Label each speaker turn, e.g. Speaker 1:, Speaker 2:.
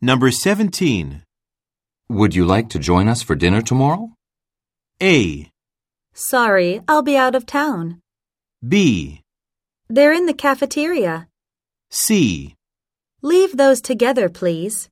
Speaker 1: Number 17.
Speaker 2: Would you like to join us for dinner tomorrow?
Speaker 1: A,
Speaker 3: Sorry, I'll be out of town.
Speaker 1: B,
Speaker 3: They're in the cafeteria.
Speaker 1: C.
Speaker 3: Leave those together, please.